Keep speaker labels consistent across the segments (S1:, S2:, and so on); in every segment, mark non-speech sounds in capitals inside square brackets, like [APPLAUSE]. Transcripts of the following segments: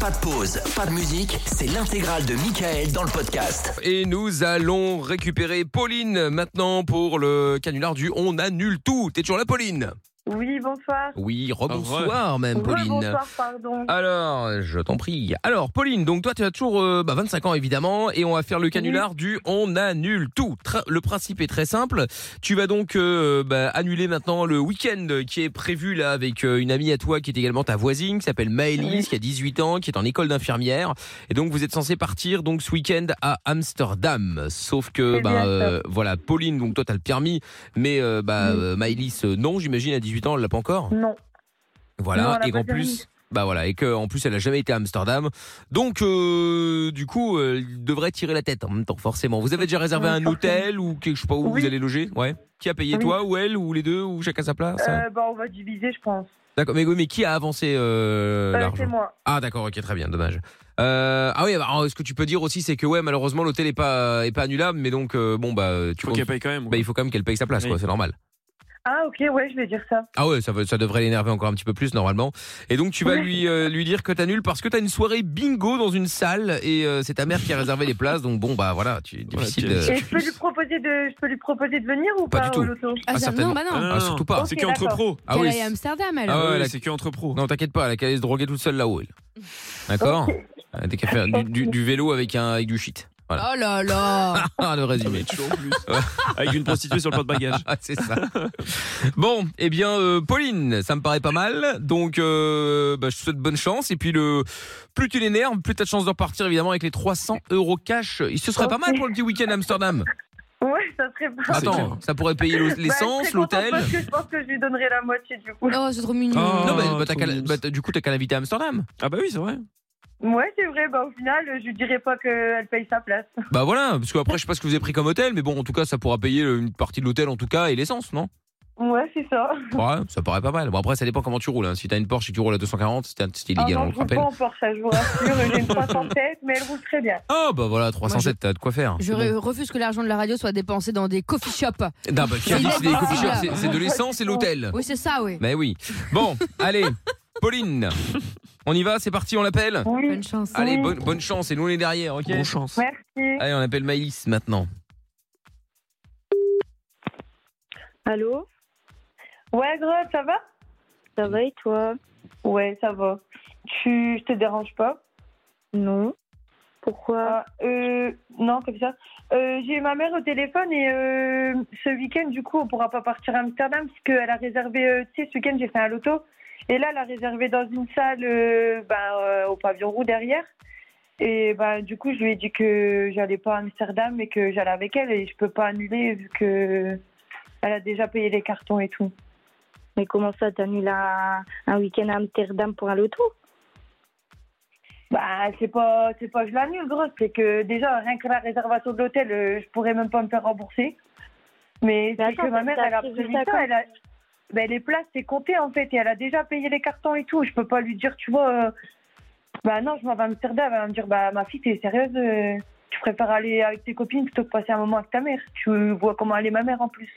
S1: Pas de pause, pas de musique, c'est l'intégrale de Michael dans le podcast.
S2: Et nous allons récupérer Pauline maintenant pour le canular du On annule tout. T'es toujours là, Pauline
S3: Oui, bonsoir.
S2: Oui, rebonsoir même, Pauline.
S3: Bonsoir, pardon.
S2: Alors, je t'en prie. Alors, Pauline, donc toi, tu as toujours euh, bah, 25 ans, évidemment, et on va faire le canular du on annule tout. Tra- le principe est très simple. Tu vas donc euh, bah, annuler maintenant le week-end qui est prévu là avec euh, une amie à toi qui est également ta voisine, qui s'appelle Maëlys, qui a 18 ans, qui est en école d'infirmière. Et donc, vous êtes censé partir donc ce week-end à Amsterdam. Sauf que,
S3: C'est
S2: bah,
S3: bien ça.
S2: euh, voilà, Pauline, donc toi, t'as le permis, mais euh, bah,
S3: Oui.
S2: euh, Maëlys, euh, non, j'imagine, à 18 ans, elle l'a pas encore.
S3: Non. Non,
S2: Voilà,
S3: elle a
S2: et
S3: pas
S2: qu'en
S3: de
S2: plus,
S3: permis.
S2: bah voilà, et qu'en plus, elle a jamais été à Amsterdam. Donc, euh, du coup, euh, elle devrait tirer la tête en même temps, forcément. Vous avez déjà réservé
S3: Oui,
S2: un
S3: forcément.
S2: hôtel ou quelque, je sais pas où
S3: Oui.
S2: vous allez loger Ouais. Qui a payé,
S3: Oui.
S2: toi ou elle ou les deux ou chacun sa place hein
S3: Euh, bah, on va diviser, je pense.
S2: D'accord, mais, oui, mais qui a avancé euh,
S3: Euh, c'est
S2: l'argent
S3: moi.
S2: Ah d'accord, ok, très bien, dommage. Euh, ah oui, bah, alors, ce que tu peux dire aussi, c'est que ouais, malheureusement, l'hôtel est pas est pas annulable, mais donc euh, bon bah tu
S4: Faut
S2: comptes-
S4: qu'elle paye quand même.
S2: bah, il faut quand même qu'elle paye sa place,
S4: Oui.
S2: quoi, c'est normal.
S3: Ah, ok, ouais, je vais dire ça.
S2: Ah ouais, ça, veut- ça devrait l'énerver encore un petit peu plus normalement. Et donc tu vas lui euh, lui dire que t'annules parce que t'as une soirée bingo dans une salle et euh, c'est ta mère qui a réservé les places. Donc bon bah voilà, tu, difficile.
S4: puis elle-
S2: de-
S3: Et je peux lui proposer de, je peux lui proposer de venir ou
S2: Pas
S3: pas,
S2: du tout.
S3: au loto
S2: Ah,
S5: Ah, ça,
S2: certainement.
S5: non, bah non.
S2: Ah, surtout pas.
S4: C'est
S3: Ok,
S4: que entre
S3: d'accord.
S4: pros.
S2: Ah
S5: Qu'elle
S2: oui.
S5: aille à Amsterdam
S2: Ah
S5: alors.
S2: ouais,
S4: Oui,
S2: la-
S4: c'est que entre pros.
S2: Non t'inquiète pas, elle a qu'à aller se droguer toute seule là-haut. elle. D'accord. Elle a qu'à faire du, du- du vélo avec un avec du shit. [LAUGHS] Voilà.
S5: Oh
S2: [LAUGHS]
S5: là là
S2: Ah, le résumé.
S4: toujours plus. [LAUGHS] Avec une prostituée sur le porte-bagages.
S2: [LAUGHS] Ah, c'est ça. bon, eh bien, euh, Pauline, ça me paraît pas mal. Donc, euh, bah, je te souhaite bonne chance. Et puis, le plus tu l'énerves, plus tu as de chance de repartir, évidemment, avec les 300 euros cash. Et ce serait pas mal pour le petit week-end à Amsterdam.
S3: Ouais, ça serait pas.
S4: c'est
S2: Attends,
S4: clair.
S2: ça pourrait payer l'eau-
S3: Bah, je
S2: l'essence,
S3: serais contente
S2: l'hôtel.
S3: Parce que je pense que je lui donnerai la moitié du coup.
S5: Oh, c'est trop mignon.
S4: Oh.
S2: Non, mais bah, t'as
S4: trop
S2: qu'à-
S4: mignon.
S2: bah, t'as- du coup, t'as qu'à l'inviter à Amsterdam.
S4: Ah bah oui, c'est vrai.
S5: Oh.
S3: Ouais, c'est vrai, bah, au final, je lui dirai pas qu'elle paye sa place.
S2: Bah voilà, parce qu'après, je sais pas ce que vous avez pris comme hôtel, mais bon, en tout cas, ça pourra payer une partie de l'hôtel, en tout cas, et l'essence, non
S3: Ouais, c'est ça.
S2: Ouais, ça paraît pas mal. Bon, après, ça dépend comment tu roules. hein. Si t'as une Porsche et que tu roules à 240, c'est c'est
S3: Ah
S2: illégal,
S3: non,
S2: on
S3: je
S2: le
S3: roule
S2: rappelle.
S3: pas en Porsche, ça, je vous rassure. J'ai
S2: [LAUGHS]
S3: une 307, mais elle roule très bien.
S2: Ah bah voilà, 307, t'as de quoi faire.
S5: Je
S2: C'est bon.
S5: re- refuse que l'argent de la radio soit dépensé dans des coffee shops.
S2: Non, bah, qui a
S5: C'est
S2: dit que c'est des
S5: inadmissible.
S2: coffee shops, c'est- c'est de l'essence et l'hôtel.
S5: Oui, c'est ça, oui.
S2: Mais oui. Bon, allez, Pauline, on y va, c'est parti, on l'appelle.
S3: Oui,
S5: Bonne chance.
S2: Allez, bonne, bonne chance, et nous on est derrière, ok
S4: Bonne chance.
S3: merci.
S2: Allez, on appelle Maïs maintenant.
S6: Allô
S3: Ouais, gros, ça va
S6: Ça va et toi
S3: Ouais, ça va. Tu, je te dérange pas
S6: Non. Pourquoi
S3: Ah, euh, non, comme ça. Euh, J'ai eu ma mère au téléphone et euh, ce week-end, du coup, on pourra pas partir à Amsterdam parce qu'elle a réservé, euh, tu sais, ce week-end, j'ai fait un loto. Et là, elle a réservé dans une salle euh, ben, euh, au pavillon roux derrière. Et ben, du coup, je lui ai dit que j'allais pas à Amsterdam mais que j'allais avec elle et je peux pas annuler vu que elle a déjà payé les cartons et tout.
S6: Mais comment ça, t'annules un, un week-end à Amsterdam pour un loto
S3: Bah, c'est pas, c'est pas que je l'annule, grosse. C'est que déjà, rien que la réservation de l'hôtel, euh, je pourrais même pas me faire rembourser. Mais
S6: Mais
S3: c'est
S6: attends,
S3: que ma mère,
S6: t'as
S3: elle a
S6: prévu
S3: prévu ça.
S6: ça quand
S3: Elle a, ben, les places, c'est compté, en fait. Et elle a déjà payé les cartons et tout. Je peux pas lui dire, tu vois, euh, bah non, je m'en vais à Amsterdam. Elle va me dire, bah, ma fille, t'es sérieuse euh, Tu préfères aller avec tes copines plutôt que passer un moment avec ta mère. Tu vois comment elle est ma mère, en plus.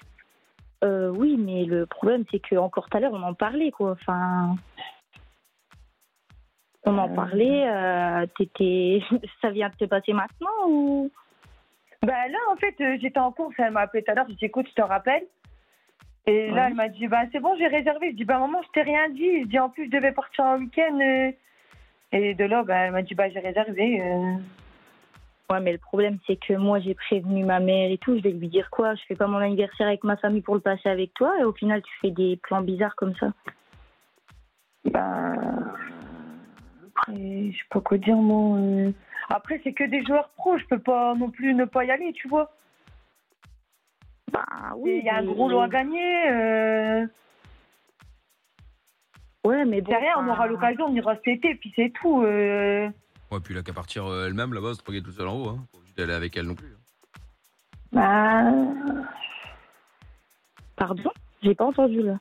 S6: euh, Oui, mais le problème, c'est que encore tout à l'heure, on en parlait, quoi. Enfin. On en
S3: Euh.
S6: parlait, euh, t'étais. [LAUGHS] ça vient de te passer maintenant ou.
S3: Bah là, en fait, euh, j'étais en course, elle m'a appelé tout à l'heure, j'ai dit écoute, je te rappelle. Et là,
S6: Ouais.
S3: elle m'a dit bah c'est bon, j'ai réservé. Je dis bah maman, je t'ai rien dit. Je dis en plus, je devais partir en week-end. euh. Et de là, bah, elle m'a dit bah j'ai réservé. euh.
S6: Ouais, mais le problème, c'est que moi, j'ai prévenu ma mère et tout. Je vais lui dire quoi Je fais pas mon anniversaire avec ma famille pour le passer avec toi et au final, tu fais des plans bizarres comme ça.
S3: Bah après, je sais pas quoi dire moi. euh. Après, c'est que des joueurs pros, je peux pas non plus ne pas y aller, tu vois.
S6: Bah oui.
S3: Il y a un
S6: mais-
S3: gros lot à gagner. euh.
S6: Ouais, mais bon.
S3: C'est rien, on aura
S6: enfin,
S3: l'occasion, on ira cet été, puis c'est tout. euh.
S2: Ouais, puis là qu'à partir euh, elle-même là-bas, se droguer toute seule en haut. Hein. Faut juste aller avec elle non plus. hein.
S3: Bah
S6: Pardon J'ai pas entendu là.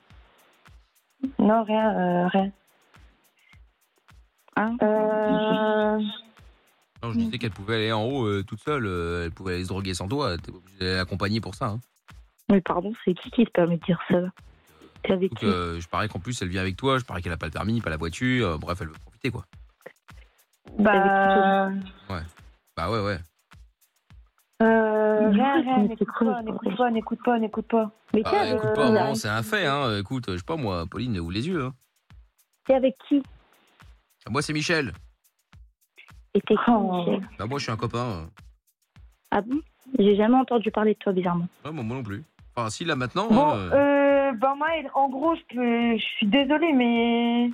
S3: non, rien, euh, rien.
S6: Hein
S3: Euh,
S2: Non, je disais qu'elle pouvait aller en haut euh, toute seule. euh, elle pouvait aller se droguer sans toi. T'es pas obligé d'aller l'accompagner pour ça. hein.
S6: Mais pardon, c'est qui qui te permet de dire ça T'es avec
S2: Donc,
S6: qui
S2: euh, je parie qu'en plus, elle vient avec toi. Je parie qu'elle a pas le permis, pas la voiture. euh, bref, elle veut profiter quoi.
S3: Bah,
S2: Bah ouais, ouais.
S3: euh,
S6: Mais
S3: rien,
S6: écoute,
S3: rien,
S6: mais
S3: n'écoute
S6: c'est
S3: pas, n'écoute pas,
S6: quoi,
S3: n'écoute pas, n'écoute pas.
S6: Mais
S2: Bah,
S6: tiens, euh,
S2: écoute pas,
S6: il
S2: bon,
S6: arrive.
S2: c'est un fait, hein. Écoute, je sais pas moi, Pauline, ouvre les yeux. hein.
S6: T'es avec qui
S2: Ah, Moi, c'est Michel.
S6: Et t'es qui,
S3: Oh.
S6: Michel
S2: Bah, moi, je suis un copain.
S6: Ah bon J'ai jamais entendu parler de toi, bizarrement.
S2: euh. Ouais, moi, moi non plus. Enfin, si, là, maintenant.
S3: Bon,
S2: hein, euh,
S3: euh, bah moi, en gros, je, peux- je suis désolée, mais.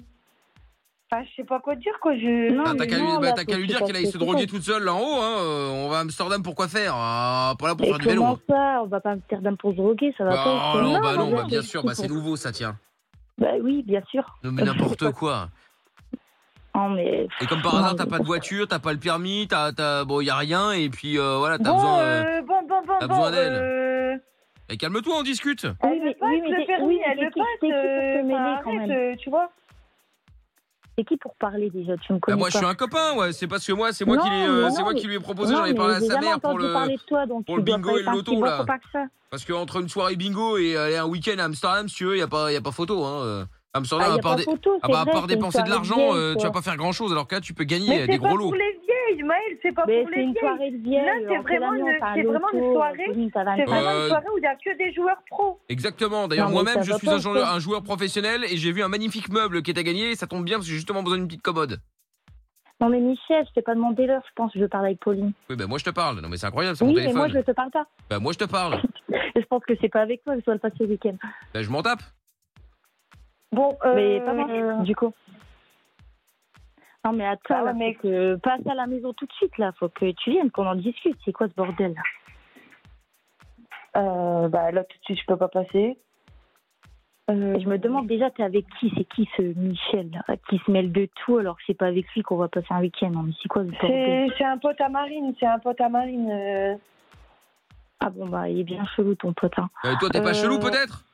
S3: Enfin, je sais pas quoi dire, quoi. Je...
S6: Non,
S2: bah, t'as
S6: mais
S2: qu'à lui,
S6: non,
S2: bah,
S6: là,
S2: t'as qu'à
S6: faut-
S2: lui
S6: faut
S2: dire
S6: pas
S2: qu'il
S6: se
S2: aille se
S6: précipiter.
S2: droguer toute seule là en haut. Hein. euh, On va à Amsterdam, pourquoi faire Ah, Pas là pour
S6: Et
S2: faire du vélo.
S6: comment
S2: hein.
S6: ça On va pas me faire d'un pour se droguer, ça va
S2: Bah,
S6: pas.
S2: oh, non,
S5: Non,
S2: bah non,
S5: non,
S2: bah,
S5: non,
S2: bien
S5: je
S2: sûr, bah, c'est
S5: comprends.
S2: nouveau, ça tient.
S6: Bah oui, bien sûr.
S2: Non, mais
S6: Euh, [LAUGHS]
S2: n'importe quoi.
S6: Non, Oh, mais
S2: Et comme par hasard, t'as pas de voiture, t'as pas le permis, t'as, t'as, bon, y a rien, et puis euh, voilà, t'as
S3: Bon,
S2: besoin. euh,
S3: euh, bon, bon, bon,
S2: t'as
S3: bon.
S2: besoin d'elle.
S3: euh,
S2: eh, calme-toi, on discute.
S6: Oui,
S3: Elle
S6: mais-
S3: le passe,
S6: oui, mais
S3: le
S6: t'es-
S3: permis,
S6: oui, mais
S3: elle
S6: t'es
S3: le
S6: qui- t'es qui pour te
S3: passe. euh,
S6: mêler,
S3: enfin,
S6: quand
S3: arrête,
S6: même
S3: euh, tu vois.
S6: c'est qui pour parler déjà Tu me
S2: Bah,
S6: connais
S2: moi, je
S6: pas.
S2: suis un copain, ouais. C'est parce que moi, c'est moi qui
S6: Non,
S2: l'ai, euh,
S6: non,
S2: c'est moi
S6: mais-
S2: qui lui ai proposé,
S6: Non,
S2: j'en ai
S6: mais
S2: parlé à
S6: j'ai
S2: sa
S6: jamais
S2: mère pour
S6: entendu
S2: le.
S6: parler de toi, donc
S2: pour
S6: tu
S2: le
S6: dois
S2: bingo
S6: pas
S2: et le
S6: être
S2: loto,
S6: si bon
S2: là.
S6: copain que ça.
S2: Parce que entre une soirée bingo et aller un week-end à Amsterdam, si tu veux, y a pas, y a pas photo, hein. euh.
S6: Ah,
S2: Amsterdam,
S6: y
S2: à
S6: a
S2: part
S6: pas
S2: des-
S6: photo,
S2: Ah
S6: c'est
S2: bah, à
S6: vrai,
S2: part
S6: c'est une
S2: dépenser de
S6: soirée
S2: l'argent,
S6: vieille,
S2: euh, tu
S6: quoi.
S2: vas pas faire grand chose alors que là tu peux gagner euh,
S3: Mais
S2: des
S3: c'est pas
S2: gros lots.
S3: pour les vieilles, Maël, c'est pas
S6: Mais
S3: pour
S6: c'est
S3: les
S6: une
S3: vieilles.
S6: soirée de vieille.
S3: Là, c'est
S6: entre
S3: vraiment
S6: l'amiante,
S3: une-
S6: un
S3: c'est vraiment une
S6: loto,
S3: soirée.
S6: Pauline, t'as
S3: C'est
S6: 25
S3: vraiment
S2: Euh,
S3: une soirée où il n'y a que des joueurs pros.
S2: Exactement. D'ailleurs
S6: Non, mais
S2: moi-même
S6: ça
S2: je
S6: va
S2: suis
S6: pas,
S2: un, jou-
S6: ça.
S2: un joueur professionnel et j'ai vu un magnifique meuble qui est à gagner et ça tombe bien parce que j'ai justement besoin d'une petite commode.
S6: Non mais Michel, je t'ai pas demandé l'heure, je pense que je parle avec Pauline.
S2: Oui ben moi je te parle. Non mais c'est incroyable, c'est
S6: Oui,
S2: mon
S6: mais
S2: téléphone.
S6: moi je te parle pas.
S2: Bah, moi je te parle.
S6: Je pense que c'est pas avec toi que je dois le passer le week-end.
S2: Bah, je m'en tape.
S3: Bon, euh,
S6: Mais pas moi, du coup. Non mais attends,
S3: Ah ouais,
S6: là,
S3: mais-
S6: faut que- passe à la maison tout de suite là, faut que tu viennes, qu'on en discute. C'est quoi ce bordel là
S3: euh, bah, là, tout de suite, je peux pas passer. Euh,
S6: Je me demande déjà, t'es avec qui C'est qui ce Michel là, qui se mêle de tout alors que c'est pas avec lui qu'on va passer un week-end Non mais c'est quoi ce bordel
S3: C'est c'est un pote à Marine, c'est un pote à Marine. euh,
S6: Ah bon bah il est bien chelou ton pote. Hein.
S2: Euh, toi t'es pas
S6: Euh,
S2: chelou peut-être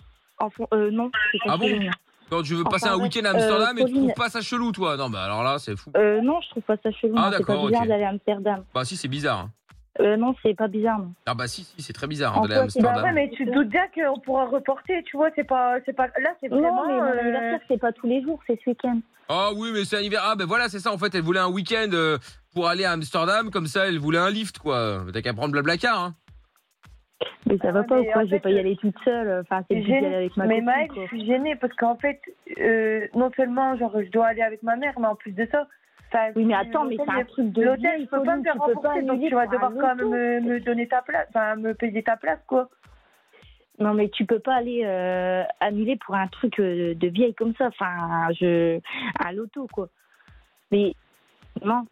S6: Enfin, euh, non, c'est pas
S2: Ah bon
S6: chelou, non.
S2: Quand tu veux passer
S6: enfin,
S2: un
S6: bref,
S2: week-end à Amsterdam et tu
S6: Pauline-
S2: trouves pas ça chelou toi Non bah alors là c'est fou.
S6: Euh, non, je trouve pas ça chelou.
S2: Ah,
S6: non, c'est pas
S2: d'accord,
S6: bizarre
S2: ok.
S6: d'aller à Amsterdam.
S2: Bah si c'est bizarre. hein.
S6: Euh, non, c'est pas bizarre. Non.
S2: Ah bah si si c'est très bizarre
S6: En
S2: hein, d'aller à
S6: quoi, c'est- bah,
S3: Bah ouais,
S2: Amsterdam.
S3: mais tu te doutes bien qu'on pourra reporter, tu vois, c'est pas, c'est pas, là, c'est
S6: non,
S3: vraiment.
S6: mais mon
S3: euh,
S6: anniversaire, c'est pas tous les jours, c'est ce week-end.
S2: Ah oui, mais c'est un hiver. Ah ben voilà, c'est ça. En fait, elle voulait un week-end euh, pour aller à Amsterdam. Comme ça, elle voulait un lift, quoi. Mais T'as qu'à prendre Blablacar. Hein.
S6: Mais ça va
S3: Ouais,
S6: pas ou
S3: mais
S6: quoi
S3: en
S6: Je vais
S3: fait, euh,
S6: pas y aller toute seule. euh, Enfin, c'est
S3: j'ai-
S6: le but d'y aller avec ma
S3: mais
S6: copine.
S3: Maëlle,
S6: quoi.
S3: je suis gênée parce qu'en fait, euh, non seulement genre je dois aller avec ma mère, mais en plus de ça, enfin,
S6: Oui, mais attends, mais c'est un
S3: l'hôtel,
S6: truc de
S3: l'hôtel,
S6: vieille,
S3: je peux pas me
S6: Pauline,
S3: faire
S6: tu peux pas
S3: rembourser, donc
S6: annuler
S3: tu vas
S6: pour un
S3: devoir quand même euh,
S6: loto.
S3: me, me donner ta place, enfin me payer ta place quoi.
S6: Non, mais tu peux pas aller euh, annuler pour un truc euh, de vieille comme ça. Enfin, je... un loto, quoi. Mais non.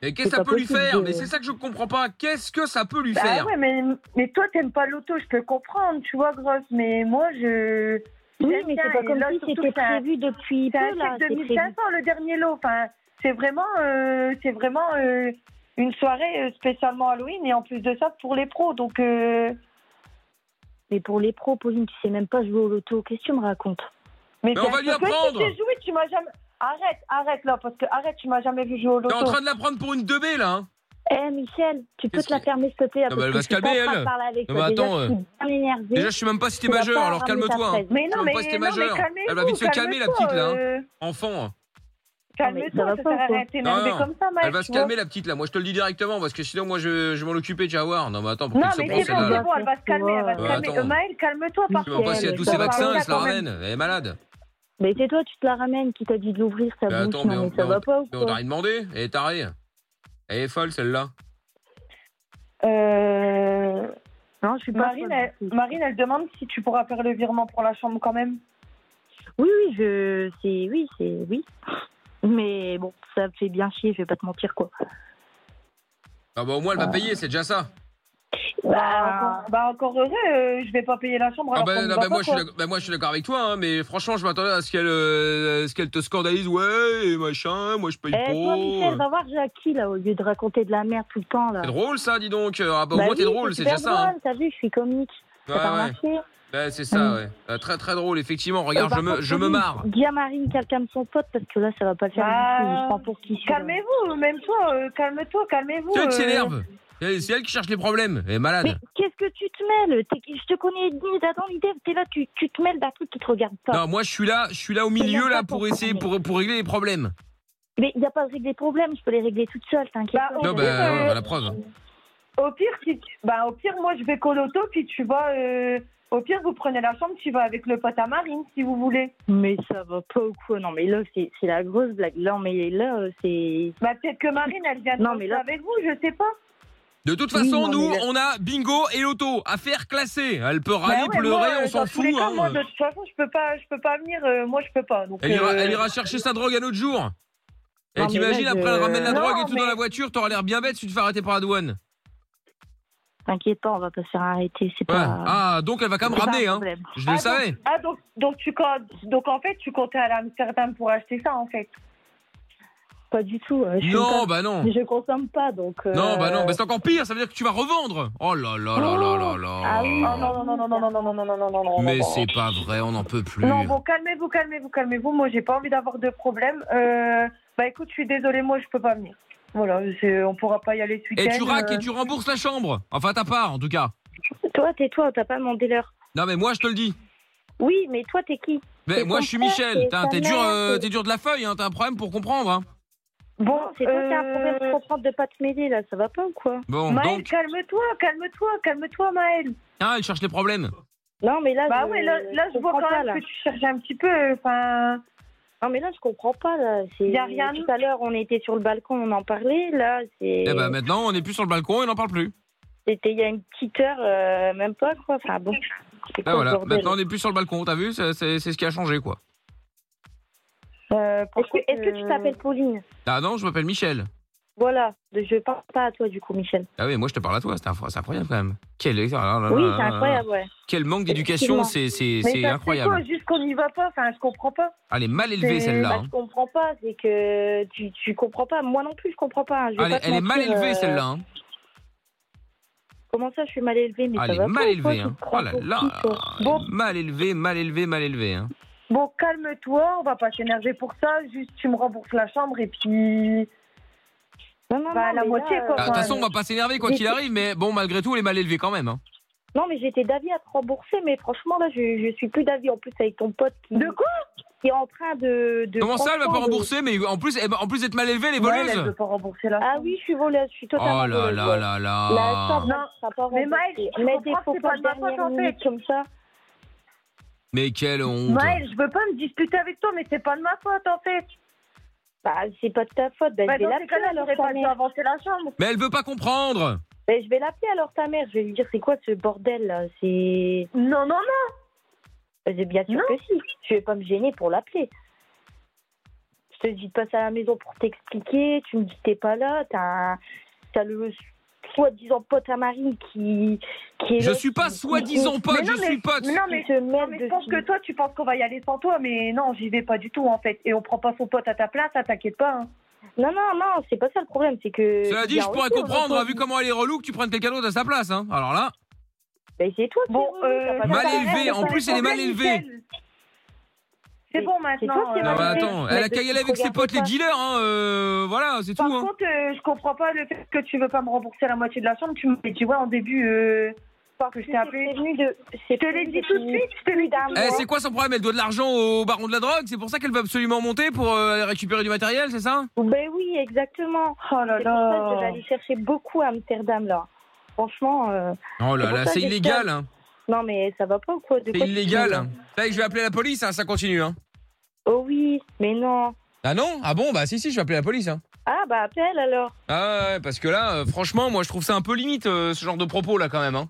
S2: Et qu'est-ce que
S6: C'est
S2: ça
S6: pas
S2: peut lui
S6: possible
S2: faire
S6: de-
S2: Mais c'est ça que je comprends pas. Qu'est-ce que ça peut lui
S3: Bah
S2: faire
S3: ouais, mais mais toi t'aimes pas l'auto, je peux comprendre, tu vois grosse, mais moi je
S6: Oui,
S3: J'aime
S6: mais
S3: bien,
S6: c'est pas
S3: et
S6: comme
S3: là,
S6: si
S3: surtout,
S6: c'était
S3: c'est un-
S6: prévu depuis
S3: c'est un
S6: peu, là.
S3: chèque
S6: c'est
S3: de
S6: prévu.
S3: 1500 le dernier lot, enfin c'est vraiment euh, c'est vraiment euh, une soirée euh, spécialement Halloween et en plus de ça pour les pros, donc euh,
S6: Mais pour les pros, Pauline, tu sais même pas jouer au loto. Qu'est-ce que tu me racontes
S3: Mais,
S2: Mais
S3: t'as-
S2: on va lui
S3: parce que
S2: apprendre.
S3: si j'ai joué, tu m'as jamais. Arrête, arrête là, parce que arrête, tu m'as jamais vu jouer au
S2: T'es
S3: loto.
S2: en train de la prendre pour une 2B là. Hein
S6: Eh Michel, tu peux
S2: Qu'est-ce
S6: te la
S2: que-
S6: fermer s'il te plaît là,
S2: Non,
S6: parce
S2: mais elle
S6: que
S2: va se
S6: je suis
S2: calmer,
S6: pas en train de
S2: elle.
S6: parler avec
S2: Non,
S6: toi.
S2: mais
S6: Déjà,
S2: attends, euh,
S6: je suis bien énervée.
S2: Déjà, je sais même pas si t'es
S6: Tu vas
S2: majeur.
S6: pas
S2: Alors
S6: ramener ta
S2: calme-toi. hein.
S6: fraise.
S3: Mais
S2: Je
S3: non,
S2: veux
S3: mais,
S2: pas si t'es
S3: non, mais
S2: majeur.
S3: calmez-vous,
S2: Elle va vite se calmer, la
S3: calmez-toi,
S2: petite, là, hein.
S3: euh,
S2: Enfant.
S6: Non, mais ça
S3: Calme-toi,
S6: va
S3: ça
S6: pas,
S3: sert à
S6: quoi.
S3: rien de t'énerver
S2: Non,
S3: comme ça, Maël.
S2: Elle va se
S3: tu vois.
S2: calmer la petite là. Moi, je te le dis directement parce que sinon, moi, je, je vais m'en occuper. Tu vas voir. Non mais attends, pour
S3: Non,
S2: qu'elle se
S3: mais
S2: prenne
S3: c'est bon,
S6: celle-là.
S3: c'est
S2: celle-là.
S3: bon, elle va se calmer, elle va
S2: Ouais,
S3: se calmer.
S2: attends.
S3: Euh, Maël, calme-toi, par
S2: Je sais même pas si elle a
S6: Elle,
S2: tous
S6: ça
S2: ses
S6: va,
S2: vaccins,
S6: ça
S2: elle se la ramène. Elle est malade.
S6: Mais c'est toi, tu te la ramènes qui t'a dit de l'ouvrir, ça
S2: Mais
S6: bouge.
S2: attends,
S6: Non,
S2: mais on-
S6: mais ça
S2: mais
S6: va pas ou
S2: Mais on t'a
S6: quoi
S2: rien demandé. Elle est tarée. Elle est folle celle-là.
S3: Euh...
S6: Non, je suis pas.
S3: Marine, elle, Marine, elle demande si tu pourras faire le virement pour la chambre quand même.
S6: Oui, oui, je. C'est. Oui, c'est. Oui. Mais bon, ça me fait bien chier, je vais pas te mentir, quoi.
S2: Ah bah au moins elle va payer, c'est déjà ça.
S6: Ah.
S3: Bah, encore, bah, encore heureux, euh, je vais pas payer la chambre.
S2: Ah
S3: alors
S2: bah,
S3: qu'on ne
S2: non,
S3: va
S2: bah,
S3: pas,
S2: moi, je suis
S3: quoi.
S2: d'accord- bah, moi je suis d'accord avec toi, hein, mais franchement je m'attendais à ce qu'elle euh, à ce qu'elle te scandalise, ouais et machin, moi je paye
S6: Eh, toi, Michel,
S2: pas. euh.
S6: va voir Jackie, là, au lieu de raconter de la merde tout le temps, là.
S2: C'est drôle ça, dis donc. Ah bah, au
S6: Bah
S2: moins
S6: oui,
S2: t'es drôle, c'est déjà
S6: super
S2: ça. hein.
S6: drôle, T'as vu, je suis comique.
S2: Ouais,
S6: T'as pas
S2: ouais.
S6: remarqué
S2: Ouais, c'est ça, ouais. Euh, très très drôle, effectivement. Regarde,
S6: Euh,
S2: je
S6: par
S2: me
S6: contre,
S2: je me
S6: Pauline,
S2: marre.
S6: Dis à Marine qu'elle calme son pote parce que là, ça va pas le faire.
S3: Ah,
S6: du tout, je prends pour qui je suis, là.
S3: Calmez-vous, même toi, euh, calme-toi, calmez-vous.
S2: Tu sais, elle
S3: euh.
S2: s'énerve. Elle- C'est elle qui cherche les problèmes. Elle est malade.
S6: Mais qu'est-ce que tu te mêles T'es- Je te connais ni d'Adam ni d'Ève, t'es là, tu, tu te mêles d'un truc qui te regarde pas.
S2: Non, moi je suis là, je suis là au
S6: C'est
S2: milieu
S6: même
S2: là
S6: pas
S2: pour
S6: pour
S2: essayer
S6: parler.
S2: pour pour régler les problèmes.
S6: Mais il n'y a pas de règle des problèmes, je peux les régler toute seule, t'inquiète
S3: Bah,
S6: pas.
S2: Non,
S3: Oui,
S2: bah,
S3: euh,
S2: ouais, bah, la preuve.
S3: Au pire, si tu- bah, au pire, moi, je vais qu'au loto, puis tu vas. euh, Au pire, vous prenez la chambre, tu vas avec le pote à Marine, si vous voulez.
S6: Mais ça va pas ou quoi Non, mais là, c'est c'est la grosse blague. Là, mais là, euh, c'est.
S3: Bah, peut-être que Marine, elle vient
S6: Non, mais là-
S3: avec vous, je sais pas.
S2: De toute
S6: Oui,
S2: façon,
S6: non, mais
S2: nous,
S6: là-
S2: on a bingo et loto. Affaire classée. Elle peut râler,
S3: Bah ouais,
S2: pleurer,
S3: moi,
S2: Ah, on
S3: euh,
S2: s'en
S3: dans tous
S2: fout.
S3: les cas,
S2: hein.
S3: moi, de toute façon, je peux pas, je peux pas venir. euh, moi, je peux pas. Donc,
S2: Elle ira,
S3: euh,
S2: elle ira chercher sa drogue un autre jour. Et
S6: Non, mais
S2: t'imagines,
S6: là, je-
S2: après elle ramène la
S3: Non,
S2: drogue et tout
S3: mais-
S2: dans la voiture, t'auras l'air bien bête si tu te fais arrêter par la douane.
S6: T'inquiète pas, on va pas se faire arrêter. C'est
S2: Ouais.
S6: pas.
S2: Ah, donc elle va quand
S6: c'est
S2: même
S6: pas un
S2: ramener, hein.
S6: problème.
S2: Je le
S3: Ah,
S2: savais.
S3: Ah, donc, donc, tu comptes, donc en fait, tu comptais aller à Amsterdam pour acheter ça, en fait.
S6: Pas du tout. euh, je suis
S2: Non, bah
S6: pas-
S2: non.
S6: Je consomme pas, donc. euh,
S2: Non, bah non, bah c'est encore pire, ça veut dire que tu vas revendre. Oh là là là là là là.
S6: Ah oui,
S3: Oh non, non, non, non, non, non, non, non, non, non, non, non, non.
S2: Mais
S3: non.
S2: c'est pas vrai, on n'en peut plus.
S3: Non, bon, calmez-vous, calmez-vous, calmez-vous. Moi, j'ai pas envie d'avoir de problème. Euh, bah, écoute, je suis désolée, moi, je peux pas venir. Voilà, c'est- on pourra pas y aller ce
S2: Et
S3: week-end.
S2: tu raques
S3: euh.
S2: et tu rembourses la chambre. Enfin, ta part, en tout cas.
S6: Toi, tais-toi, t'as pas demandé l'heure.
S2: Non, mais moi, je te le dis.
S6: Oui, mais toi, t'es qui
S2: Mais
S6: C'est
S2: moi,
S6: ton
S2: je suis
S6: frère,
S2: Michel.
S6: c'est
S2: Putain,
S6: ta
S2: T'es dur,
S6: mère,
S2: euh,
S6: c'est-
S2: t'es dur de la feuille, hein. T'as un problème pour comprendre, hein.
S3: Bon,
S6: C'est toi qui as un
S3: euh,
S6: problème de comprendre de pas te mêler, là, ça va pas ou quoi
S2: Bon,
S3: Maëlle,
S2: donc.
S3: calme-toi, calme-toi, calme-toi, Maëlle.
S2: Ah, elle cherche les problèmes.
S6: Non, mais là.
S3: Bah
S6: Ah, je,
S3: ouais, là, là, je vois
S6: comprends
S3: quand
S6: pas,
S3: même
S6: là.
S3: que tu cherches un petit peu. euh, Enfin,
S6: Non, mais là, je comprends pas, là. C'est-
S3: Y a rien.
S6: Tout à l'heure, on était sur le balcon, on en parlait, là, c'est.
S2: Eh ben, maintenant, on n'est plus sur le balcon et on n'en parle plus.
S6: C'était il y a une petite heure, euh, même pas, quoi. Enfin, bon. C'est
S2: Ah
S6: quoi,
S2: voilà,
S6: ce bordel
S2: maintenant on n'est plus sur le balcon, t'as vu C'est c'est- c'est ce qui a changé quoi.
S3: euh,
S6: Est-ce que,
S3: franchement,
S6: est-ce que tu
S3: euh,
S6: t'appelles Pauline
S2: Ah non, je m'appelle Michel.
S6: Voilà, je parle pas à toi, du coup, Michel.
S2: Ah oui, moi je te parle à toi, c'est infro- c'est incroyable quand même. Quel, ah là là
S6: oui,
S2: là là
S6: c'est
S2: là.
S6: incroyable, ouais.
S2: Quel manque d'éducation,
S6: Effectivement.
S2: c'est c'est-
S3: Mais
S2: c'est
S3: ça,
S2: incroyable.
S3: quoi, juste qu'on n'y va pas. Enfin, je comprends pas.
S2: Elle est mal élevée
S3: C'est-
S2: celle-là.
S6: Bah,
S2: hein.
S6: je comprends pas, c'est que tu, tu comprends pas. Moi non plus, je comprends pas. hein. Je vais
S2: Elle,
S6: pas
S2: est-
S6: te
S2: elle est mal
S6: mentir,
S2: élevée
S6: euh,
S2: celle-là. hein.
S6: Comment ça, je suis mal élevée mais
S2: Ah,
S6: ça
S2: Elle
S6: va
S2: est
S6: pas,
S2: mal
S6: ou quoi,
S2: élevée.
S6: tu
S2: hein.
S6: te prends
S2: Oh là
S6: pour
S2: là.
S6: qui, toi
S2: elle est
S3: Bon.
S2: Mal élevée, mal élevée, mal élevée. hein.
S3: Bon, calme-toi, on va pas s'énerver pour ça. Juste, tu me rembourses la chambre et puis.
S6: Non, non,
S3: Bah,
S6: non,
S3: la
S6: mais
S3: moitié,
S6: là,
S3: quoi.
S2: Ah, De toute façon, on va pas s'énerver quoi
S6: Mais
S2: qu'il
S6: c'est-
S2: arrive, mais bon, malgré tout, elle est mal élevée quand même. hein.
S6: Non, mais j'étais d'avis à te rembourser, mais franchement, là, je, je suis plus d'avis. En plus, avec ton pote qui,
S3: De quoi
S6: qui est en train de. de-
S2: Comment ça, elle va pas
S6: franchement, de-
S2: rembourser Mais en plus, eh ben, en plus d'être mal élevée, elle est
S3: Ouais, mais elle veut
S2: voleuse.
S3: pas rembourser la
S6: Ah
S3: chambre.
S6: oui, je suis voleuse, je suis totalement.
S2: Oh là
S6: voleuse,
S2: là
S6: ouais.
S2: là
S6: La
S2: là.
S6: chambre, non, ça sera pas
S3: Mais Maëlle,
S6: remboursée.
S3: je
S6: Mais
S3: comprends
S6: des
S3: que
S6: faux
S3: c'est
S6: pas
S3: pas de ma faute,
S6: dernière
S3: en fait.
S6: minute comme ça.
S2: Mais quelle honte.
S3: Maëlle, je veux pas me disputer avec toi, mais c'est pas de ma faute en fait.
S6: Bah, c'est pas de ta faute. Bah,
S3: Bah, dans
S6: je vais
S3: ces
S6: l'appeler
S3: cas-là,
S6: alors
S3: j'aurais
S6: ta
S3: pas dû
S6: mère.
S3: avancer la chambre.
S2: Mais elle veut pas comprendre.
S6: Bah, je vais l'appeler alors ta mère. Je vais lui dire c'est quoi ce bordel là C'est.
S3: Non, non, non.
S6: Bah, c'est bien sûr
S3: Non.
S6: que si. Je vais pas me gêner pour l'appeler. Je te dis de passer à la maison pour t'expliquer. Tu me dis que t'es pas là. T'as un- t'as le soi-disant pote à Marie qui qui est
S2: Je
S6: là,
S2: suis pas
S6: qui-
S2: soi-disant pote,
S3: Mais non,
S2: je
S3: mais-
S2: suis pote.
S3: mais non,
S6: qui
S3: mais.
S6: se
S3: non,
S6: mêle
S3: mais
S6: de
S3: je pense
S6: tout.
S3: que toi, tu penses qu'on va y aller sans toi, mais non, j'y vais pas du tout en fait. Et on prend pas son pote à ta place, hein, t'inquiète pas. hein.
S6: Non, non, non, c'est pas ça le problème, c'est que.
S2: Cela
S6: il y
S2: dit,
S6: a
S2: je
S6: un
S2: pourrais
S6: retour,
S2: comprendre,
S6: hein,
S2: hein, vu comment elle est relou, que tu prennes quelqu'un d'autre à sa place. Hein. Alors là,
S6: Ben, c'est toi,
S3: Bon,
S6: c'est relou,
S3: euh,
S6: t'as pas
S2: mal
S6: de
S2: élevée,
S6: problème,
S2: en
S6: t'as
S2: plus,
S6: pas
S2: elle est
S6: de
S2: mal
S6: problème.
S2: élevée.
S3: C'est bon
S6: C'est
S3: maintenant. euh,
S6: toi qui es
S2: non,
S6: mal
S2: mais
S6: élevée.
S2: attends,
S6: mais
S2: elle a
S6: de-
S2: qu'à y aller avec
S6: regarde
S2: ses potes les
S6: pas.
S2: dealers. Hein, euh, voilà, c'est tout.
S3: Par
S2: Hein.
S3: contre, euh, je comprends pas le fait que tu veux pas me rembourser la moitié de la chambre. Tu me dis, ouais, en début, euh, que je t'ai
S6: C'est
S3: appelé.
S6: prévenu de.
S3: Je te l'ai dit tout de suite, je te l'ai dit tout de
S2: Eh,
S3: suite.
S2: c'est quoi son problème Elle doit de l'argent au baron de la drogue C'est pour ça qu'elle veut absolument monter pour euh, récupérer du matériel, c'est ça
S6: Ben oui, exactement.
S3: Oh là
S6: C'est pour ça que je vais
S3: là.
S6: aller chercher beaucoup à Amsterdam, là. Franchement, euh,
S2: Oh
S6: C'est
S2: là
S6: pour
S2: là,
S6: ça
S2: c'est
S6: que je
S2: illégal. hein.
S6: non, mais ça va pas ou quoi de
S2: C'est
S6: quoi tu te mêles
S2: illégal. Ça y est, je vais appeler la police, hein, ça continue. Hein.
S6: Oh oui, mais non.
S2: Ah non Ah bon Bah si, si, je vais appeler la police. Hein.
S6: Ah, bah appelle alors.
S2: Ah ouais, parce que là, euh, franchement, moi je trouve ça un peu limite, euh, ce genre de propos là quand même. Hein.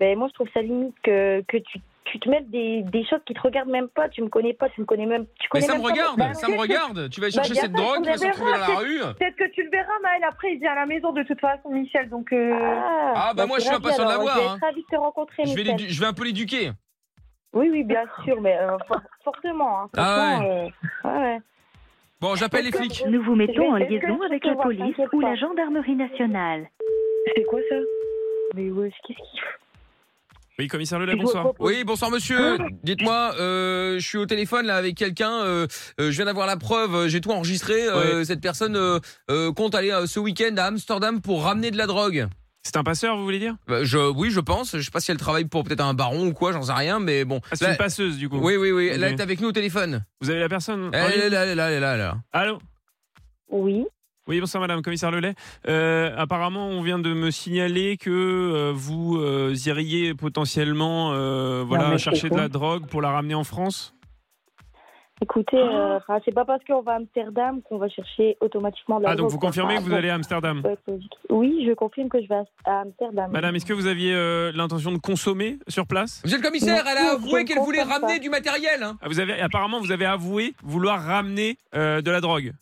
S6: Ben moi, je trouve ça limite que, que tu. Tu te mêles des, des choses qui te regardent même pas, tu me connais pas, tu me connais même. Tu
S2: Mais
S6: connais
S2: ça me
S6: même pas mon-
S2: regarde,
S6: Bah,
S2: ça me regarde. Tu vas chercher
S6: bien
S2: cette
S3: sûr,
S2: drogue,
S3: on
S2: tu vas se
S3: verra,
S2: retrouver dans la
S3: c'est-
S2: rue.
S3: Peut-être que tu le verras, Maëlle. Après, il vient à la maison de toute façon, Michel. Donc, euh,
S6: Ah,
S2: Ah, bah, moi, je suis
S6: ravie,
S2: pas sûr de
S6: alors.
S2: l'avoir,
S6: Je vais
S2: hein.
S6: être ravie de te rencontrer,
S2: Je vais,
S6: Michel.
S2: l'édu- je vais un peu l'éduquer.
S6: Oui, oui, bien sûr, mais euh, for- fortement. Hein,
S2: Ah
S6: franchement, euh, ouais, ouais.
S2: Bon, j'appelle les
S6: Est-ce que
S2: flics.
S6: vous-
S7: Nous vous mettons en
S6: Est-ce que je
S7: liaison
S6: peux
S7: avec la
S6: voir,
S7: police
S6: t'inquiète
S7: ou
S6: pas.
S7: la gendarmerie nationale.
S3: c'est quoi ça
S6: Mais ouais, qu'est-ce qu'il fait
S4: Oui, commissaire Lelay,
S6: Je vous
S4: bonsoir.
S6: propose-
S2: Oui, bonsoir monsieur.
S6: Mmh.
S2: Dites-moi, euh, je suis au téléphone là avec quelqu'un. euh, euh, je viens d'avoir la preuve. euh, J'ai tout enregistré. euh, Cette personne euh, euh, compte aller euh, ce week-end à Amsterdam pour ramener de la drogue.
S4: C'est un passeur, vous voulez dire
S2: Bah, je, oui, je pense. Je sais pas si elle travaille pour peut-être un baron ou quoi. J'en sais rien, mais bon.
S4: Ah, c'est
S2: Là-
S4: une passeuse, du coup.
S2: Bah, oui, oui, oui. Elle
S4: Ok.
S2: est avec nous au téléphone.
S4: Vous avez la personne en
S2: Elle
S4: ligne
S2: est là, elle est là, elle est là. elle est là.
S4: Allô
S6: Oui.
S4: Oui, bonsoir madame, commissaire Lelay. Euh, apparemment, on vient de me signaler que euh, vous euh, iriez potentiellement euh, voilà,
S6: mais
S4: chercher
S6: c'est
S4: de la
S6: faux.
S4: drogue pour la ramener en France.
S6: Écoutez, euh, ah, c'est pas parce qu'on va à Amsterdam qu'on va chercher automatiquement de la
S4: Ah, donc
S6: drogue.
S4: vous confirmez que vous allez à Amsterdam
S6: Ouais, c'est logique. euh, Oui, je confirme que je vais à- à Amsterdam.
S4: Madame, est-ce que vous aviez euh, l'intention de consommer sur place
S2: Monsieur le commissaire, elle a
S6: Non,
S2: avoué
S6: je
S2: qu'elle voulait
S6: comprends pas.
S2: ramener du matériel. hein.
S4: Ah, vous avez, Apparemment, vous avez avoué vouloir ramener euh, de la drogue.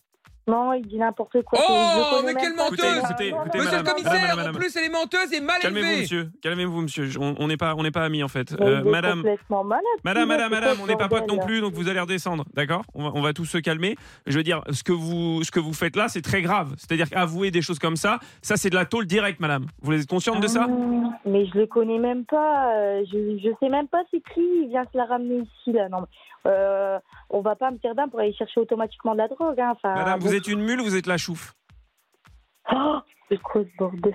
S6: Non, il dit n'importe quoi.
S2: Oh,
S6: Je le connais
S2: mais
S6: même
S2: quelle
S6: pas.
S2: menteuse
S4: Écoutez,
S6: Non, non,
S4: écoutez,
S6: non,
S2: Monsieur
S4: madame,
S2: le commissaire,
S4: madame, madame.
S2: en plus, elle est menteuse et mal
S4: Calmez-vous,
S2: élevée.
S4: monsieur. Calmez-vous, monsieur. Je- On on n'est pas, on n'est pas amis en fait.
S6: mais
S4: Euh,
S6: il est
S4: madame,
S6: complètement malade.
S4: Madame,
S6: Sinon,
S4: madame,
S6: c'est
S4: madame,
S6: quoi
S4: on
S6: ce
S4: n'est pas potes non
S6: bordel
S4: plus, donc vous allez redescendre, d'accord on va, on va tous se calmer. Je veux dire, ce que vous, ce que vous faites là, c'est très grave. C'est-à-dire qu'avouer des choses comme ça, ça c'est de la tôle directe, madame. Vous êtes consciente de ça
S6: Ah, Mais je le connais même pas. euh, Je, je sais même pas c'est qui. Il vient se la ramener ici là. Non, mais, euh, on va pas à Amsterdam pour aller chercher automatiquement de la drogue. Hein. Enfin,
S4: Madame,
S6: bon. [GASPS]
S4: vous êtes une mule, vous êtes la chouffe.
S6: Oh, c'est quoi ce bordel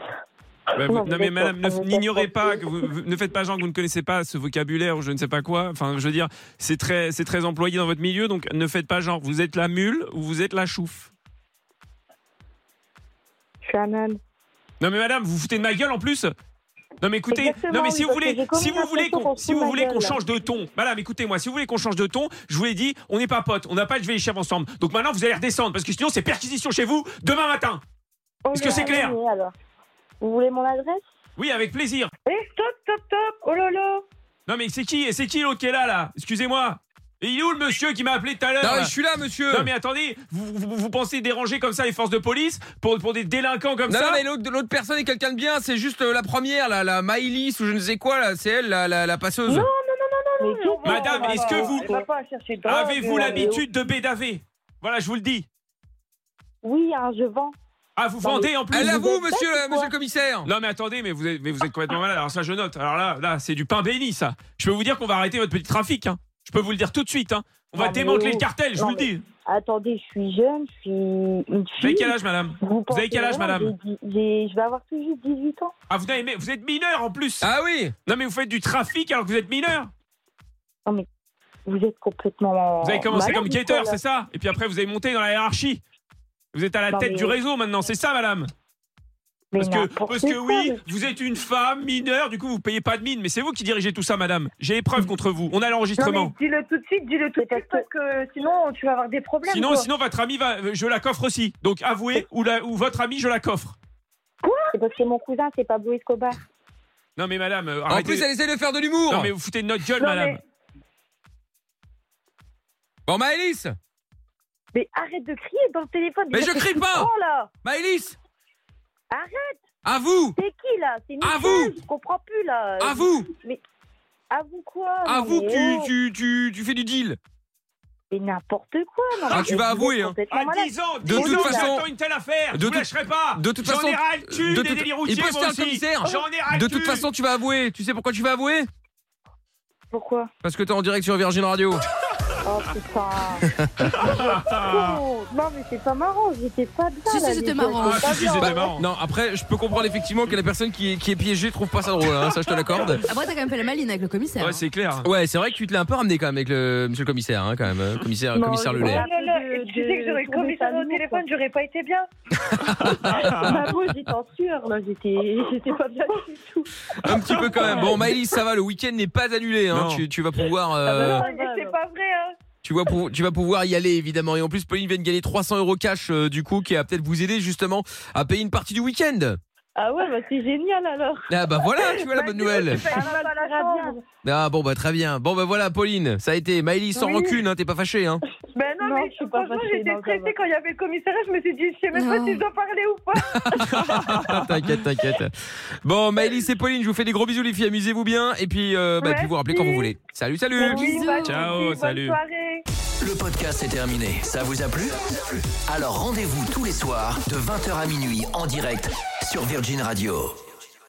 S4: Bah, vous-
S6: Non,
S4: non,
S6: vous
S4: mais
S6: êtes
S4: madame,
S6: pas- vous
S4: ne-
S6: êtes
S4: n'ignorez
S6: pas-
S4: pas, que vous, vous- ne faites pas genre que vous ne connaissez pas ce vocabulaire ou je ne sais pas quoi. Enfin, je veux dire, c'est très, c'est très employé dans votre milieu, donc ne faites pas genre vous êtes la mule ou vous êtes la chouffe.
S6: Je suis un âne.
S4: Non mais madame, vous vous foutez de ma gueule en plus non mais écoutez,
S6: Exactement,
S4: non mais
S6: oui,
S4: si vous
S6: parce que
S4: voulez,
S6: j'ai commis
S4: si vous
S6: un
S4: voulez
S6: faux
S4: qu'on,
S6: pour
S4: si vous
S6: foutre ma
S4: voulez qu'on
S6: gueule.
S4: change de ton, madame, écoutez-moi, si vous voulez qu'on change de ton, je vous l'ai dit, on n'est pas potes, on n'a pas de chef ensemble. Donc maintenant vous allez redescendre parce que sinon c'est perquisition chez vous demain matin.
S6: On
S4: Est-ce que c'est
S6: verra
S4: clair
S6: bien, alors. Vous voulez mon adresse
S4: Oui, avec plaisir.
S3: Eh, stop, stop, stop Oh là là
S4: Non mais c'est qui, c'est qui l'autre qui est là là Excusez-moi. Et il est où le monsieur qui m'a appelé tout à l'heure
S2: Non,
S4: là
S2: mais je suis là, monsieur.
S4: Non mais attendez, vous, vous, vous pensez déranger comme ça les forces de police pour, pour des délinquants comme
S2: Non,
S4: ça
S2: non, mais l'autre l'autre personne est quelqu'un de bien, c'est juste euh, la première, là, la Maïlis ou je ne sais quoi, là, c'est elle, la, la, la passeuse.
S3: Non.
S6: Mais qu'est-ce que-
S4: Madame, est-ce que vous-
S3: Elle va pas chercher de drogue,
S4: Avez-vous
S3: euh,
S4: l'habitude de bédaver Voilà, je vous le dis.
S6: Oui, hein, je vends.
S4: Ah, vous
S6: Non, mais-
S4: vendez en plus
S2: Elle
S6: Vous
S2: avoue,
S6: êtes bête
S2: monsieur,
S6: ou
S2: euh,
S6: quoi
S2: monsieur le commissaire.
S4: Non mais attendez, mais vous êtes, mais vous êtes complètement malade. Alors ça, je note. Alors là, là, c'est du pain béni, ça. Je peux vous dire qu'on va arrêter votre petit trafic. hein. Je peux vous le dire tout de suite. hein. On va
S6: Non, mais
S4: démanteler
S6: oui.
S4: le cartel, je
S6: Non,
S4: vous le dis.
S6: Attendez, je suis jeune, je suis une
S4: Vous
S6: fille.
S4: avez quel âge, madame
S6: Vous
S4: avez
S6: pensez
S4: quel âge,
S6: vraiment que
S4: madame
S6: j'ai dix- j'ai- Je vais avoir tout juste 18 ans.
S4: Ah, vous, n'avez- mais vous êtes mineur en plus.
S2: Ah oui.
S4: Non mais vous faites du trafic alors que vous êtes mineur.
S6: Vous êtes complètement.
S4: Vous avez commencé
S6: malade
S4: comme
S6: ou quoi,
S4: guetteur,
S6: là
S4: c'est ça Et puis après, vous avez monté dans la hiérarchie. Vous êtes à la
S6: Non,
S4: tête
S6: mais-
S4: du réseau maintenant, c'est ça, madame
S6: Mais
S4: Parce que,
S6: n'importe
S4: parce que
S6: quoi,
S4: oui,
S6: mais-
S4: vous êtes une femme mineure, du coup vous payez pas de mine, mais c'est vous qui dirigez tout ça, madame. J'ai les
S2: Mm.
S4: preuves contre vous. On a
S3: Non,
S4: l'enregistrement.
S3: mais dis-le tout de suite, dis-le tout de suite, parce que sinon, tu vas avoir des problèmes.
S4: Sinon,
S3: quoi.
S4: sinon votre ami va, euh, je la coffre aussi. Donc avouez ou, la- ou votre ami, je la coffre.
S6: C'est parce que mon cousin, c'est Pablo Escobar.
S4: Non mais madame, euh,
S2: En
S4: arrêtez.
S2: plus, elle essaie de faire de l'humour.
S4: Non mais vous foutez de notre gueule,
S3: Non,
S4: madame.
S3: mais-
S2: Bon, Maëlys,
S6: Mais arrête de crier dans le téléphone.
S2: Mais
S6: déjà
S2: je
S6: que
S2: crie
S6: tu
S2: pas
S6: prends, là
S2: Maëlys.
S6: Arrête.
S2: À vous,
S6: C'est qui là C'est
S2: À
S6: Michel,
S2: vous
S6: Je comprends plus là.
S2: à vous,
S6: À vous quoi
S2: à
S6: oh, Non,
S2: vous,
S6: mais
S2: tu,
S6: oh,
S2: tu, tu, tu fais du deal.
S6: Mais n'importe quoi. Non,
S2: Ah,
S6: mais
S2: tu vas
S6: vous êtes
S2: avouer, hein.
S6: complètement
S4: À
S6: malade.
S4: 10 ans,
S2: De
S4: 10 ans,
S6: toute façon-
S4: j'attends une telle affaire.
S2: de
S4: je vous
S2: toute-
S4: lâcherai pas.
S2: de toute façon-
S4: j'en ai ras le cul
S2: de
S4: des
S2: toute-
S4: délires
S2: il peut
S4: routiers,
S2: se
S4: moi
S2: faire le
S4: aussi.
S2: commissaire.
S4: J'en ai ras le
S2: De
S4: cul.
S2: toute façon, tu vas avouer. Tu sais pourquoi tu vas avouer
S6: Pourquoi
S2: Parce que t'es en direct sur Virgin Radio.
S6: Oh
S2: [LAUGHS]
S6: putain. Oh, non mais c'est pas marrant. J'étais pas bien.
S5: Si,
S6: là,
S5: si, c'était
S6: les gars,
S5: marrant.
S6: j'étais
S4: Ah,
S6: pas
S4: si, si,
S6: bien.
S4: c'était
S6: Ouais.
S4: marrant.
S2: Non, après, je peux comprendre effectivement que la personne qui est, qui est piégée trouve pas ça drôle. hein, ça, je te l'accorde.
S5: Après, t'as quand même fait la maline avec le commissaire. hein.
S4: Ouais, c'est clair.
S2: [LAUGHS] Ouais, c'est vrai que tu te l'as un peu ramené quand même avec le monsieur le commissaire, hein, quand même, euh, commissaire,
S6: Non,
S2: commissaire
S6: je-
S2: Lelay.
S3: Oh là là,
S6: De-
S3: tu sais que
S6: de-
S3: j'aurais
S6: de
S3: commis ça
S6: tourner
S3: au
S6: ça
S3: téléphone, j'aurais pas été bien.
S6: Bah, moi j'étais en sueur là. J'étais [LAUGHS] j'étais pas bien du tout.
S2: Un petit peu quand même. Bon, Maëlys, ça va, le week-end n'est pas annulé. Hein.
S4: Non.
S2: Tu, tu vas pouvoir,
S6: Ah bah
S2: euh,
S6: non.
S3: Non, mais c'est pas vrai, hein.
S2: tu, vas pou- tu vas pouvoir y aller évidemment. Et en plus, Pauline vient de gagner 300 euros cash euh, du coup, qui va peut-être vous aider justement à payer une partie du week-end.
S6: Ah ouais bah c'est génial alors.
S2: Ah bah voilà, tu vois la bonne nouvelle.
S3: Tu fais mal à la chambre.
S2: Ah bon bah très bien. Bon bah voilà, Pauline, ça a été. Maëlys sans
S3: Oui.
S2: rancune, hein, t'es pas fâchée hein.
S3: Ben non,
S6: Non,
S3: mais
S6: je suis pas
S3: franchement,
S6: fâchée,
S3: j'étais
S6: non, ça va.
S3: stressée quand il y avait le commissariat. Je me suis dit, je sais même
S5: Non.
S3: pas si je dois parler ou pas.
S4: [LAUGHS]
S2: [LAUGHS] t'inquiète, t'inquiète. Bon, Maëlys et Pauline, je vous fais des gros bisous les filles, amusez-vous bien et puis euh, bah, puis vous rappelez quand vous voulez. Salut, salut.
S3: Oui,
S5: Bisous.
S3: bah, je te
S4: Ciao,
S3: dis, bonne
S4: salut.
S3: soirée.
S1: Le podcast est terminé. Ça vous a plu Alors rendez-vous tous les soirs de 20h à minuit en direct sur Virgin Radio.